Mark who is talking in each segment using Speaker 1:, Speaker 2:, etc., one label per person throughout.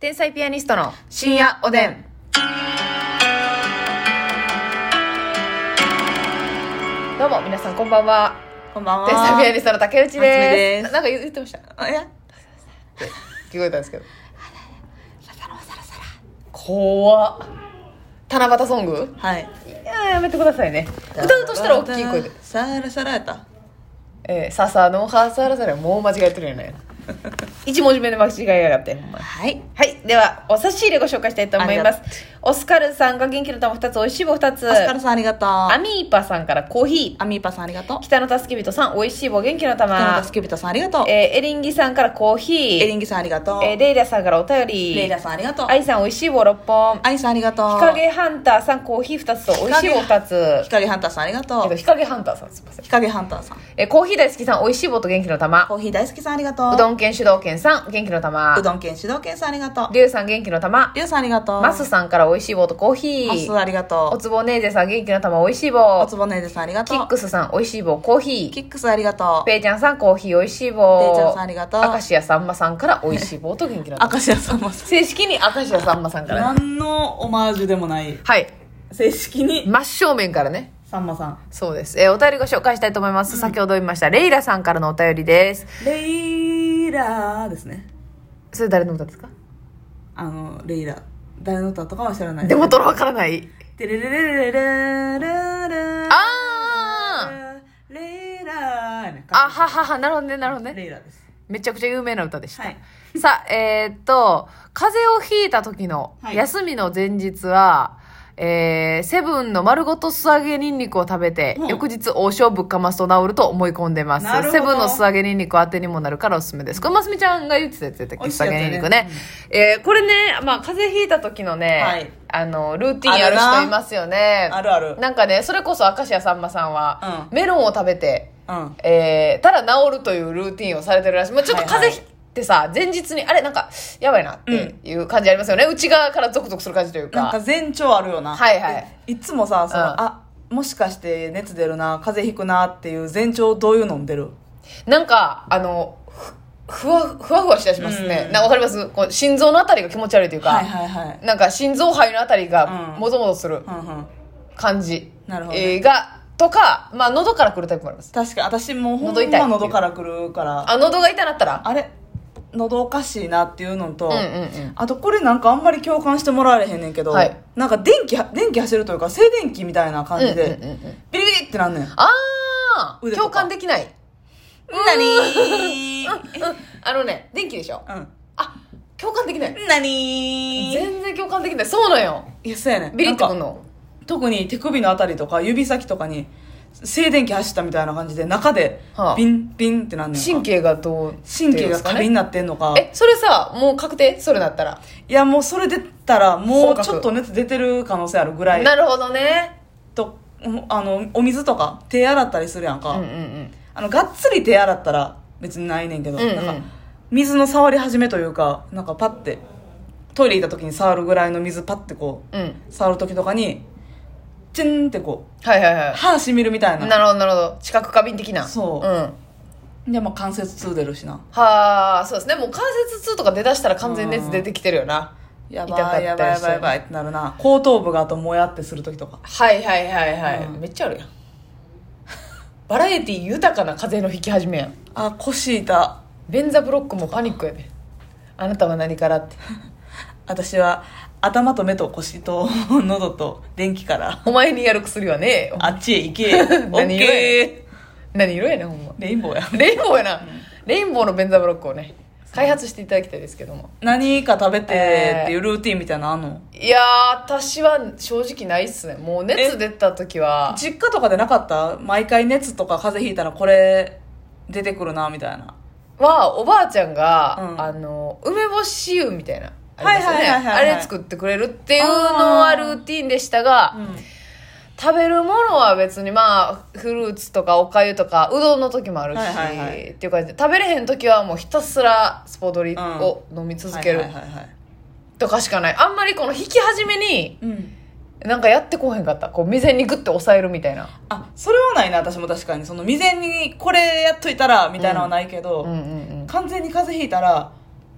Speaker 1: 天才ピアニストの
Speaker 2: 深夜おでん。
Speaker 1: どうも皆さんこんばんは
Speaker 2: こんばんは。
Speaker 1: 天才ピアニストの竹内
Speaker 2: 夏目
Speaker 1: で
Speaker 2: ですす
Speaker 1: なんか言ってました
Speaker 2: あいや
Speaker 1: 聞こえたんですけど怖っ七夕ソング
Speaker 2: はい。
Speaker 1: いややめてくださいね歌うとしたら大きい声で。
Speaker 2: さらさらやった。
Speaker 1: 「えー、笹の葉さらさら」もう間違えてるよね一文字目で間違えやがってほんま
Speaker 2: はい。
Speaker 1: はいではお差し入れご紹介したいと思いますオスカルさんが元気の玉2つおいしい棒2つ
Speaker 2: アスカルさんありがとう。
Speaker 1: アミーパさんからコーヒー
Speaker 2: アミーパさんありがとう。
Speaker 1: 北の助け人さんおいしい棒元気の玉
Speaker 2: 北野スキュビタさんありがと う。
Speaker 1: えーエリンギさんからコーヒー
Speaker 2: エリンギさんありがとう。
Speaker 1: えーレイラさんからお便り
Speaker 2: レイラさんありがとう。
Speaker 1: アイさんおいしい棒6本
Speaker 2: アイさんありがとう。
Speaker 1: 日陰ハンターさんコーヒー2つとおいしい棒2つ
Speaker 2: 日陰ハンターさんありがと
Speaker 1: えっと
Speaker 2: う。
Speaker 1: 日陰ハンターさんすいません
Speaker 2: 日陰ハンターさん。
Speaker 1: えーコーヒー大好きさんおいしい棒と元気の玉
Speaker 2: コーヒー大好きさんありがとう。
Speaker 1: うどん県主導権さん元気の玉
Speaker 2: うどん県指導犬さんありがとう。
Speaker 1: りゅうさん元気の玉
Speaker 2: りゅうさんありがとう。
Speaker 1: マスさんからおいしい棒とコーヒ
Speaker 2: マス
Speaker 1: ー
Speaker 2: ありが
Speaker 1: お
Speaker 2: とう。
Speaker 1: つぼねーぜさん元気の玉おいしい
Speaker 2: お
Speaker 1: 棒
Speaker 2: つぼねでさんありがと
Speaker 1: キ
Speaker 2: う。
Speaker 1: ックスさんおいしい棒コーヒ
Speaker 2: キ
Speaker 1: ー
Speaker 2: ックスありがとう。
Speaker 1: ペイちゃんさんコーヒーおいしい
Speaker 2: ペイちゃ
Speaker 1: 棒
Speaker 2: んさんありがとう
Speaker 1: 明石家さんまさんからおいしい棒と元気の玉
Speaker 2: 明石家さんまさん。
Speaker 1: 正式に明石家さんまさんからね
Speaker 2: 何のオマージュでもない。
Speaker 1: はい
Speaker 2: 正式に、
Speaker 1: 真正面からね
Speaker 2: さんまさん。
Speaker 1: そうです。えーお便りご紹介したいと思います。先ほど言いました、レイラさんからのお便りです。
Speaker 2: レイラーですね
Speaker 1: それ誰の歌ですか
Speaker 2: あのレイラー誰の歌とかは知らない
Speaker 1: でも、とろわからない。
Speaker 2: テレレレレレレレ
Speaker 1: あー
Speaker 2: レイラーやね
Speaker 1: あははは、なるほどね、なるほどね。
Speaker 2: レイラーです
Speaker 1: めちゃくちゃ有名な歌でした。
Speaker 2: はい
Speaker 1: さあ、えーっと、風邪をひいた時の、
Speaker 2: はい
Speaker 1: 休みの前日は、えーセブンの丸ごと素揚げニンニクを食べて、
Speaker 2: うん
Speaker 1: 翌日王将ぶっかますと治ると思い込んでます
Speaker 2: なるほど
Speaker 1: セブンの素揚げニンニクは当てにもなるからおすすめですこれますみちゃんが言ってたやつやったっ
Speaker 2: 美
Speaker 1: け
Speaker 2: 味し
Speaker 1: 素
Speaker 2: いや
Speaker 1: 揚
Speaker 2: つ
Speaker 1: げニン
Speaker 2: やね
Speaker 1: ニクね、えーこれね、まあ、風邪ひいた時のね、
Speaker 2: はい
Speaker 1: あのルーティンやる人いますよね
Speaker 2: あるある
Speaker 1: なんかねそれこそ明石家さんまさんは、
Speaker 2: う
Speaker 1: メロンを食べて
Speaker 2: うん
Speaker 1: えーただ治るというルーティンをされてるらしい、まあ、ちょっと風
Speaker 2: はいはい
Speaker 1: 邪ひってさ、前日にあれなんかやばいなっていう感じありますよね、内側からゾクゾクする感じという
Speaker 2: なん
Speaker 1: か
Speaker 2: か前兆あるよな
Speaker 1: はいはい
Speaker 2: いつもさその、
Speaker 1: うん
Speaker 2: あもしかして熱出るな風邪ひくなっていう前兆どういうのんでる
Speaker 1: なんかあのふふわふわふわしだしますね、
Speaker 2: うん
Speaker 1: なんかわかりますこう心臓のあたりが気持ち悪いというか、
Speaker 2: はいはいはい
Speaker 1: なんか心臓肺のあたりが
Speaker 2: うん
Speaker 1: もぞもぞする
Speaker 2: うんうん
Speaker 1: 感じ、
Speaker 2: なるほどね
Speaker 1: えーがとか、まあ、喉からくるタイプもあります
Speaker 2: 確かに私もうほん
Speaker 1: 喉痛いってい
Speaker 2: ま
Speaker 1: う
Speaker 2: 喉からくるから
Speaker 1: あ喉が痛なったら
Speaker 2: あれ喉おかしいなっていうの
Speaker 1: う
Speaker 2: と、
Speaker 1: んうんうん
Speaker 2: あとこれなんかあんまり共感してもらわれへんねんけど、
Speaker 1: はい
Speaker 2: なんか電気電気走るというか静電気みたいな感じで、
Speaker 1: うんうんうんうん
Speaker 2: ビリビリってなんねん
Speaker 1: あー
Speaker 2: 腕と
Speaker 1: 共
Speaker 2: か
Speaker 1: 感できない
Speaker 2: 何
Speaker 1: うんあのね電気でしょあ共感できない
Speaker 2: うん何
Speaker 1: 全然共感できないそうなんよ
Speaker 2: いやそうやねん
Speaker 1: ビリッてくん
Speaker 2: なんか
Speaker 1: の
Speaker 2: 特に手首のあたりとか指先とかに静電気走ったみたいな感じで中で
Speaker 1: はあ
Speaker 2: ビンビンってなんねんか
Speaker 1: 神経がどう
Speaker 2: 神経が
Speaker 1: 過
Speaker 2: 過敏になってんのか
Speaker 1: えそれさもう確定それなったら
Speaker 2: いやもうそれ出たらも
Speaker 1: そう
Speaker 2: う
Speaker 1: か
Speaker 2: ちょっと熱出てる可能性あるぐらい
Speaker 1: なるほどね
Speaker 2: とあのお水とか手洗ったりするやん
Speaker 1: う
Speaker 2: か、
Speaker 1: んうんうん
Speaker 2: あのがっつり手洗ったら別にないねんけど、
Speaker 1: うんうん
Speaker 2: なんか水の触り始めというかなんかパッてトイレ行った時に触るぐらいの水パッてこう
Speaker 1: うん
Speaker 2: 触る時とかにチュンってこ
Speaker 1: はいはいは
Speaker 2: う歯しみるみたい
Speaker 1: い
Speaker 2: な
Speaker 1: なるほどなるほど知覚過敏的な
Speaker 2: そう
Speaker 1: うん
Speaker 2: でも関節痛出るしな
Speaker 1: はあそうですねもう関節痛とか出だしたら完全に熱出てきてるよな
Speaker 2: や
Speaker 1: 痛かっ
Speaker 2: ば
Speaker 1: た
Speaker 2: い
Speaker 1: り
Speaker 2: やばいや
Speaker 1: して
Speaker 2: ばいやばいってなるな後頭部があともやってする時とか
Speaker 1: はいはいはいはい、
Speaker 2: うん
Speaker 1: めっちゃあるやんバラエティ豊かな風邪の引き始めやん
Speaker 2: あ腰痛
Speaker 1: ベンザブロックもパニックやであなたは何からって
Speaker 2: 私は頭と目と腰と喉と電気から
Speaker 1: お前にやる薬はねえよ
Speaker 2: あっちへ行けオ ッ
Speaker 1: 何色や
Speaker 2: ケ
Speaker 1: 何色やねんほんま
Speaker 2: ーレインボーや
Speaker 1: レインボーやなレインボーのベンザブロックをね開発していただきたいですけども
Speaker 2: 何か食べてっていうルーティンみたいなのあんの
Speaker 1: いやー私は正直ないっすねもう熱出た時は
Speaker 2: 実家とかでなかった毎回熱とか風邪ひいたらこれ出てくるなみたいな
Speaker 1: はおばあちゃんが、
Speaker 2: うん
Speaker 1: あの梅干し湯みたいなあ
Speaker 2: はい
Speaker 1: りますよね
Speaker 2: はいは
Speaker 1: あ
Speaker 2: いはいはい
Speaker 1: れ作ってくれるっていうのはルーティンでしたが、食べるものは別にまあフルーツとかおかゆとかうどんの時もあるし、
Speaker 2: はいはいはい
Speaker 1: っていう感じで食べれへん時はもうひたすらスポドリを飲み続ける
Speaker 2: はいはいはいはい
Speaker 1: とかしかないあんまりこの引き始めに
Speaker 2: うん
Speaker 1: なんかやってこうへんかったこう未然にグッて抑えるみたいな
Speaker 2: あそれはないな私も確かにその未然にこれやっといたらみたいなのはないけど、
Speaker 1: うんうんうん
Speaker 2: 完全に風邪ひいたら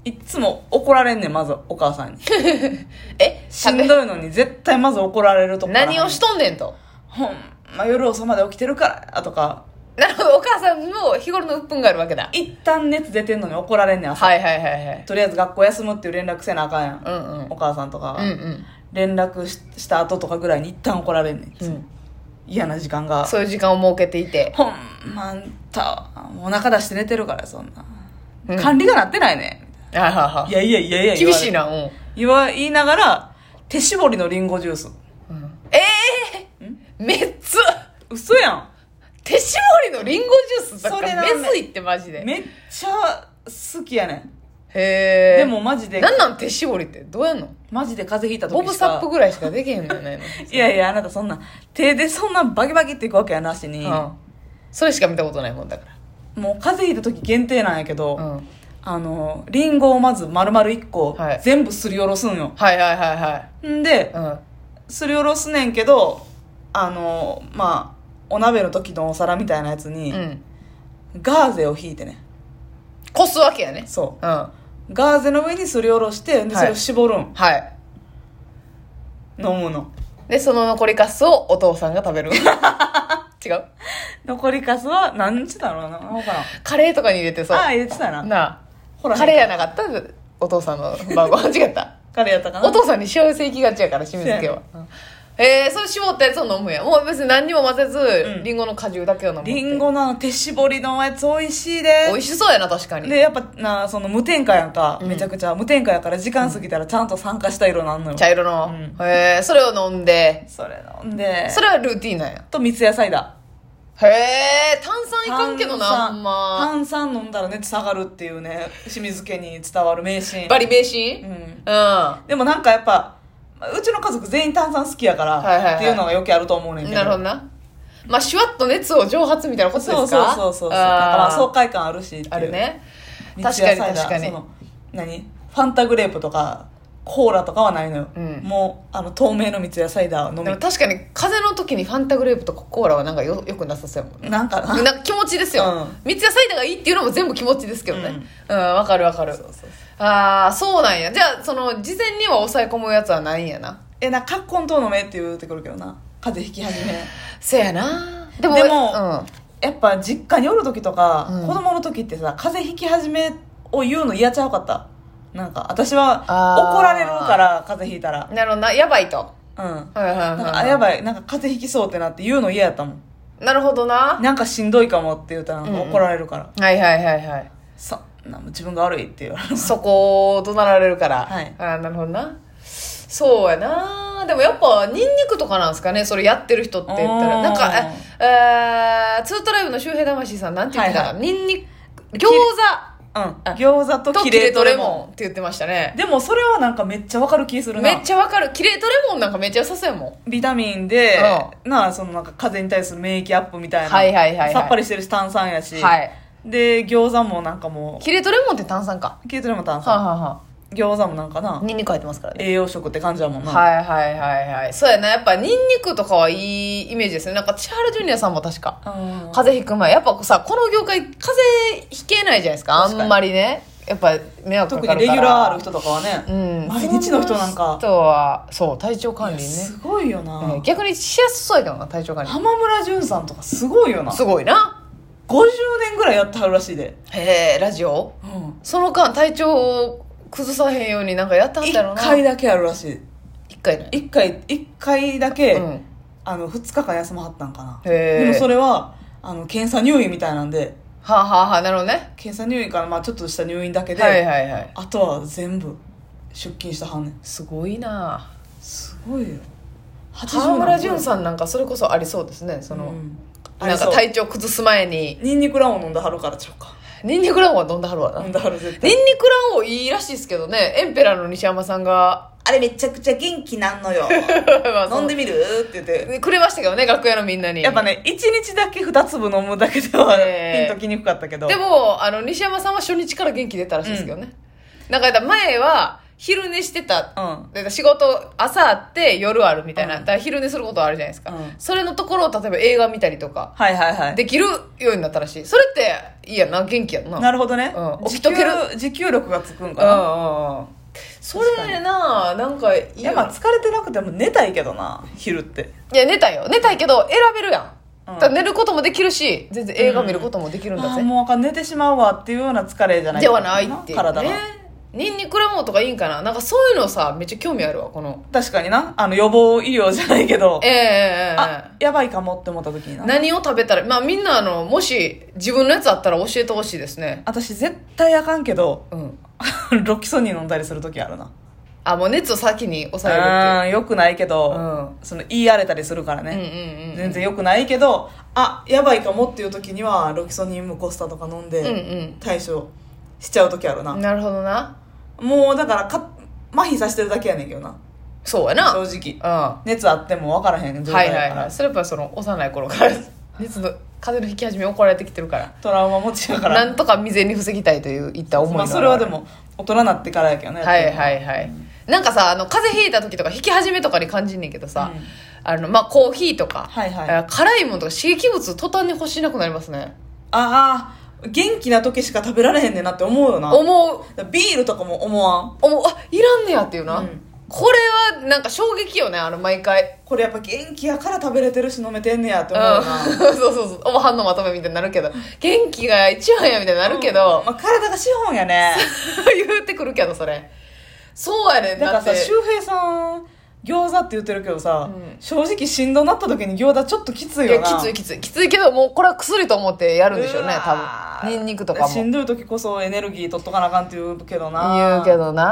Speaker 2: いっつも怒られんねんまずお母さんに
Speaker 1: え
Speaker 2: しんどいのに絶対まず怒られるとこから
Speaker 1: 何をしとんねんと。
Speaker 2: ほんま夜遅まで起きてるからとか
Speaker 1: なるほど、お母さんも日頃の鬱憤があるわけだ。
Speaker 2: 一旦熱出てんのに怒られんねん朝、
Speaker 1: はいはいはいはい。
Speaker 2: とりあえず学校休むっていう連絡せなあかんやん、
Speaker 1: うんうん
Speaker 2: お母さんとか、
Speaker 1: うんうん。
Speaker 2: 連絡しした後とかぐらいに一旦怒られんねん、
Speaker 1: うん
Speaker 2: 嫌な時間が
Speaker 1: そういう時間を設けていて。
Speaker 2: ほんまあんたお腹出して寝てるからそんな、
Speaker 1: うん
Speaker 2: 管理がなってないね
Speaker 1: あはは。
Speaker 2: いやいやいやいや
Speaker 1: 厳しい
Speaker 2: な
Speaker 1: な、うん。
Speaker 2: 言わ言いながら手絞りのリンゴジュース
Speaker 1: うんええー、めっつ
Speaker 2: 嘘やん
Speaker 1: 手絞りのリンゴジュースと
Speaker 2: そ
Speaker 1: か
Speaker 2: れな
Speaker 1: めずいってマジで。へ
Speaker 2: めっちゃ好きやねん
Speaker 1: え。
Speaker 2: でも、マジで
Speaker 1: なんなん手絞りってどうやんの
Speaker 2: マジで風邪ひいた
Speaker 1: ボ
Speaker 2: 時
Speaker 1: ブ
Speaker 2: しか
Speaker 1: サップぐらいしかできへんのよ ね。
Speaker 2: いやいやあなたそんな手でそんなバキバキっていくわけやなしに、
Speaker 1: うん。それしか見たことないもんだか
Speaker 2: もう風邪ひいた時限定なんやけど、
Speaker 1: ら。うん。
Speaker 2: あのリンゴをまず丸々1個、
Speaker 1: はい
Speaker 2: 全部すりおろすんよ
Speaker 1: はいはいはいは
Speaker 2: んで
Speaker 1: い。うん。
Speaker 2: すりおろすねんけどあのまあお鍋の時のお皿みたいなやつに、
Speaker 1: うん。
Speaker 2: ガーゼを引いてね
Speaker 1: こすわけやね。
Speaker 2: そ
Speaker 1: うん。は
Speaker 2: うガーゼの上にすりおろしてで
Speaker 1: はい
Speaker 2: それを絞るん、
Speaker 1: い。
Speaker 2: 飲むの
Speaker 1: で、その残りカスをお父さんが食べる。違う
Speaker 2: 残りかすは何ちだろうな分からん
Speaker 1: カレーとかに入れてそう。
Speaker 2: ああ入れてたよな
Speaker 1: な
Speaker 2: ほ
Speaker 1: あ。
Speaker 2: ら
Speaker 1: カレーやなかったお父さんの晩ご飯違った。
Speaker 2: カレーやったか な
Speaker 1: お父さんに幸せ行きがちやから、清水家は。うんえー、それ絞ったやつを飲むんやもう別に何にも混ぜず、
Speaker 2: ん
Speaker 1: リンゴの果汁だけを飲むって
Speaker 2: リンゴの手絞りのやつ美味しいで
Speaker 1: 美味しそうやな確かに
Speaker 2: でやっぱなその無添加やんか、
Speaker 1: うん
Speaker 2: めちゃくちゃ無添加やから時間過ぎたらちゃんと酸化した色なんのよ
Speaker 1: 茶色の、
Speaker 2: うん
Speaker 1: へえそれを飲んで
Speaker 2: それ飲んで
Speaker 1: それはルーティンなんや
Speaker 2: と三ツ矢サイダ
Speaker 1: へえ炭酸
Speaker 2: ー
Speaker 1: いかんけどな
Speaker 2: 炭
Speaker 1: ほ
Speaker 2: 酸
Speaker 1: んま
Speaker 2: 炭酸飲んだら熱下がるっていうね清水家に伝わる名シーン
Speaker 1: バリ迷信
Speaker 2: う
Speaker 1: うん、
Speaker 2: ん、
Speaker 1: な
Speaker 2: でもなんかやっぱまあうちの家族全員炭酸好きやから、
Speaker 1: はいはいはい
Speaker 2: っていうのがよくあると思うねんけど
Speaker 1: るほどなまあシュワッと熱を蒸発みたいなことです
Speaker 2: そう
Speaker 1: か
Speaker 2: そうそうそうそうなんかま
Speaker 1: あ
Speaker 2: あ
Speaker 1: ー
Speaker 2: 爽快感あるしっていう
Speaker 1: あるね
Speaker 2: 三
Speaker 1: 確
Speaker 2: ツ
Speaker 1: か
Speaker 2: 矢
Speaker 1: に
Speaker 2: サイダー
Speaker 1: 確かに
Speaker 2: その何ファンタグレープとかコーラとかはないのよ、
Speaker 1: うん
Speaker 2: もうあの透明の三ツ矢サイダーを飲
Speaker 1: でも
Speaker 2: み
Speaker 1: 確かに風邪の時にファンタグレープとココーラはなんかよよくなさそうやもんね
Speaker 2: なんか な
Speaker 1: なんか気持ちですよ、
Speaker 2: うん
Speaker 1: 三ツ矢サイダーがいいっていうのも全部気持ちですけどねうんわ、かるわかる
Speaker 2: そうそうそう
Speaker 1: ああそうなんやじゃあその事前には抑え込むやつはないんやな
Speaker 2: えなんか「カッコンうの目」って言うてくるけどな風邪ひき始め
Speaker 1: せやなでも
Speaker 2: でも
Speaker 1: うん、
Speaker 2: やっぱ実家におる時とか、
Speaker 1: うん
Speaker 2: 子供の時ってさ風邪ひき始めを言うの嫌ちゃうかったなんか私は
Speaker 1: あー
Speaker 2: 怒られるから風邪ひいたら
Speaker 1: なるほどなやばいと、
Speaker 2: うん
Speaker 1: はいはいはい
Speaker 2: なんかあやばいなんか風邪ひきそうってなって言うの嫌やったもん
Speaker 1: なるほどな
Speaker 2: なんかしんどいかもって言うたらなんか怒られるから、
Speaker 1: はいはいはいはい
Speaker 2: さなんか自分が悪いって言われる
Speaker 1: そこを怒鳴られるから、
Speaker 2: はい
Speaker 1: ああなるほどなそうやなでもやっぱニンニクとかなんですかねそれやってる人って言った
Speaker 2: お
Speaker 1: ら
Speaker 2: ー
Speaker 1: なんかええー、ツートライブの周平魂さんなんて言ってたかな、
Speaker 2: は
Speaker 1: ニンニク餃子
Speaker 2: うん餃子と
Speaker 1: と
Speaker 2: キ
Speaker 1: キ
Speaker 2: レ
Speaker 1: レ
Speaker 2: ー
Speaker 1: ー
Speaker 2: ト
Speaker 1: ト
Speaker 2: レ
Speaker 1: レ
Speaker 2: モ
Speaker 1: モンって言ってましたね
Speaker 2: ンでもそれはなんかめっちゃわかる気するな
Speaker 1: めっちゃわかるキレートレモンなんかめっちゃ良さそうやもん
Speaker 2: ビタミンで、なあそのなんか風邪に対する免疫アップみたいな、
Speaker 1: はいはいはいはい
Speaker 2: さっぱりしてるし炭酸やし、
Speaker 1: はい
Speaker 2: で餃子もなんかも
Speaker 1: キレートレモンって炭酸か
Speaker 2: うケートレも炭
Speaker 1: はあ、
Speaker 2: 酸
Speaker 1: はあは
Speaker 2: 餃子もなんか
Speaker 1: あ、
Speaker 2: な
Speaker 1: ニンニク入ってますからね
Speaker 2: 栄養食って感じやもんな、
Speaker 1: はいはいはいはいそうやなやっぱニンニクとかはいいイメージですねなんか千原ジュニアさんも確か
Speaker 2: うん
Speaker 1: 風邪ひく前やっぱさこの業界風邪ひけないじゃないですかあ
Speaker 2: 確かに
Speaker 1: んまりねやっぱ迷惑か
Speaker 2: 特
Speaker 1: か
Speaker 2: に
Speaker 1: るから
Speaker 2: レギュラーある人とかはね、
Speaker 1: うん
Speaker 2: 毎日の人なん
Speaker 1: そ
Speaker 2: か
Speaker 1: 人はそう体調管理ね
Speaker 2: すごいよな、
Speaker 1: うん逆にしやすそうやけどな体調管理
Speaker 2: 浜村淳さんとかすごいよな
Speaker 1: すごいな
Speaker 2: 50年ぐらいやってはるらしいで、
Speaker 1: へえラジオ
Speaker 2: うん、
Speaker 1: その間体調を崩さへんようになんかやったんだろう
Speaker 2: 1
Speaker 1: な
Speaker 2: 回だけあるらしい
Speaker 1: 一回ね
Speaker 2: 1回一回だけ、
Speaker 1: うん
Speaker 2: あの2日間休まはったんかな
Speaker 1: へー
Speaker 2: でもそれはあの検査入院みたいなんで
Speaker 1: はあ、はあはあ、なるほどね
Speaker 2: 検査入院からまあちょっとした入院だけで、
Speaker 1: はいはいはい
Speaker 2: あとは全部出勤したはんねん
Speaker 1: すごいな
Speaker 2: すごいよ
Speaker 1: 川村淳
Speaker 2: ん
Speaker 1: さんなんかそれこそありそうですねその、
Speaker 2: な
Speaker 1: なんん
Speaker 2: か
Speaker 1: か
Speaker 2: 体
Speaker 1: 体調崩す前に
Speaker 2: ニンニクラーを飲んだはるからちゃうか
Speaker 1: ニンニクランは飲んだはるわな、
Speaker 2: 飲んだはる絶
Speaker 1: ニ
Speaker 2: 対
Speaker 1: ンニクラン王いいらしいですけどねエンペラーの西山さんが
Speaker 2: あれめちゃくちゃ元気なん のよ
Speaker 1: まあその
Speaker 2: 飲んでみるって言って
Speaker 1: くれましたけどね楽屋のみんなに
Speaker 2: やっぱね1日だけ2粒飲むだけでは
Speaker 1: えー
Speaker 2: ピンときにくかったけど
Speaker 1: でもあの西山さんは初日から元気出たらしいですけどね、なんかやっぱ前は昼寝してた、
Speaker 2: うん
Speaker 1: だから仕事朝あって夜あるみたいな、
Speaker 2: うん
Speaker 1: だから昼寝することあるじゃないですか、
Speaker 2: うん
Speaker 1: それのところを例えば映画見たりとか
Speaker 2: はいはいはい
Speaker 1: できるようになったらしいそれっていいやんな元気やんな
Speaker 2: なるほどね、
Speaker 1: うん
Speaker 2: 持
Speaker 1: 起きとける
Speaker 2: 久持久力がつくん
Speaker 1: うん
Speaker 2: かな、
Speaker 1: うんうんそれななんかいい
Speaker 2: い
Speaker 1: よ
Speaker 2: やまあ疲れてなくても寝たいけどな昼って
Speaker 1: いや寝たいよ寝たいけど選べるやん、
Speaker 2: うん
Speaker 1: だから寝ることもできるし全然映画見ることもできるんだ
Speaker 2: あ
Speaker 1: ぜ、
Speaker 2: ーもうあかん寝てしまうわっていうような疲れじゃない
Speaker 1: ではないっていう
Speaker 2: 体が、
Speaker 1: ねニンニクラモンとかいいんかななんかそういうのさめっちゃ興味あるわこの
Speaker 2: 確かになあの予防医療じゃないけど
Speaker 1: えええええ
Speaker 2: あ
Speaker 1: え
Speaker 2: やばいかもって思った時にな
Speaker 1: 何を食べたらまあみんなあのもし自分のやつあったら教えてほしいですね
Speaker 2: 私絶対あかんけど
Speaker 1: うん
Speaker 2: ロキソニン飲んだりする時あるな
Speaker 1: あもう熱を先に抑えるって
Speaker 2: うんよくないけ
Speaker 1: いう、う
Speaker 2: ど、
Speaker 1: ん、
Speaker 2: その言い荒れたりするから
Speaker 1: うん
Speaker 2: ね、
Speaker 1: うんうん
Speaker 2: 全然よくないけどあやばいかもっていう時にはロキソニンムコスタとか飲ん
Speaker 1: うん
Speaker 2: で対処しちゃう時あるな、
Speaker 1: うんなるほどな
Speaker 2: もうだからか麻痺させてるだけやねんけどな
Speaker 1: そうやな
Speaker 2: 正
Speaker 1: うん
Speaker 2: 直
Speaker 1: は
Speaker 2: 熱あっても分からへん
Speaker 1: い
Speaker 2: 状
Speaker 1: は
Speaker 2: 態
Speaker 1: い
Speaker 2: だから、
Speaker 1: はいそれやっぱその幼い頃から熱の風邪の引き始め怒られてきてるから
Speaker 2: トラウマ持ちだから
Speaker 1: なんとか未然に防ぎたいといういった思い
Speaker 2: ま
Speaker 1: が
Speaker 2: あ、それはでも大人になってからやけどね
Speaker 1: はいはいはいなんかさあの風邪ひいた時とか引き始めとかに感じんねんけどさ、
Speaker 2: うん
Speaker 1: あのまあコーヒーとか、
Speaker 2: はいはい
Speaker 1: あ辛いものとか刺激物途端に欲しなくなりますね
Speaker 2: ああ元気な時しか食べられへんねんなって思うよな
Speaker 1: 思う
Speaker 2: ビールとかも思わん
Speaker 1: 思うあいらんねやっていうな、
Speaker 2: うん
Speaker 1: これはなんか衝撃よねあの毎回
Speaker 2: これやっぱ元気やから食べれてるし飲めてんねやって
Speaker 1: うん
Speaker 2: 思うな、
Speaker 1: そうそうそうおばはんのまとめみたいになるけど元気が一番やみたいになるけど、
Speaker 2: まあ、体が資本やね
Speaker 1: 言うてくるけどそれそうやねん
Speaker 2: だ
Speaker 1: だ
Speaker 2: から
Speaker 1: って
Speaker 2: さ周平さん餃子って言ってるけどさ、
Speaker 1: うん
Speaker 2: 正直しんどなった時に餃子ちょっときつい
Speaker 1: い
Speaker 2: よ
Speaker 1: や
Speaker 2: な
Speaker 1: きついきついきついけどもうこれは薬と思ってやるんでしょうね
Speaker 2: うわー
Speaker 1: 多分ニンニクとかも
Speaker 2: しんどい時こそエネルギー取っとかなあかんって言うけどな
Speaker 1: 言うけどな
Speaker 2: な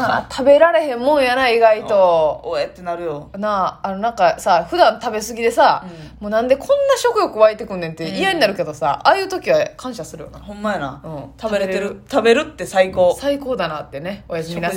Speaker 2: かな
Speaker 1: 食べられへんもんやな意外と、
Speaker 2: おえってなるよ
Speaker 1: なああのなんかさ普段食べ過ぎでさ、
Speaker 2: う
Speaker 1: もうなんでこんな食欲湧いてくんねんって
Speaker 2: うん
Speaker 1: 嫌になるけどさ、ああいう時は感謝するよな、
Speaker 2: ほんまやな、
Speaker 1: うん
Speaker 2: 食べれてる食べるって最高
Speaker 1: 最高だなってねおやすみなさい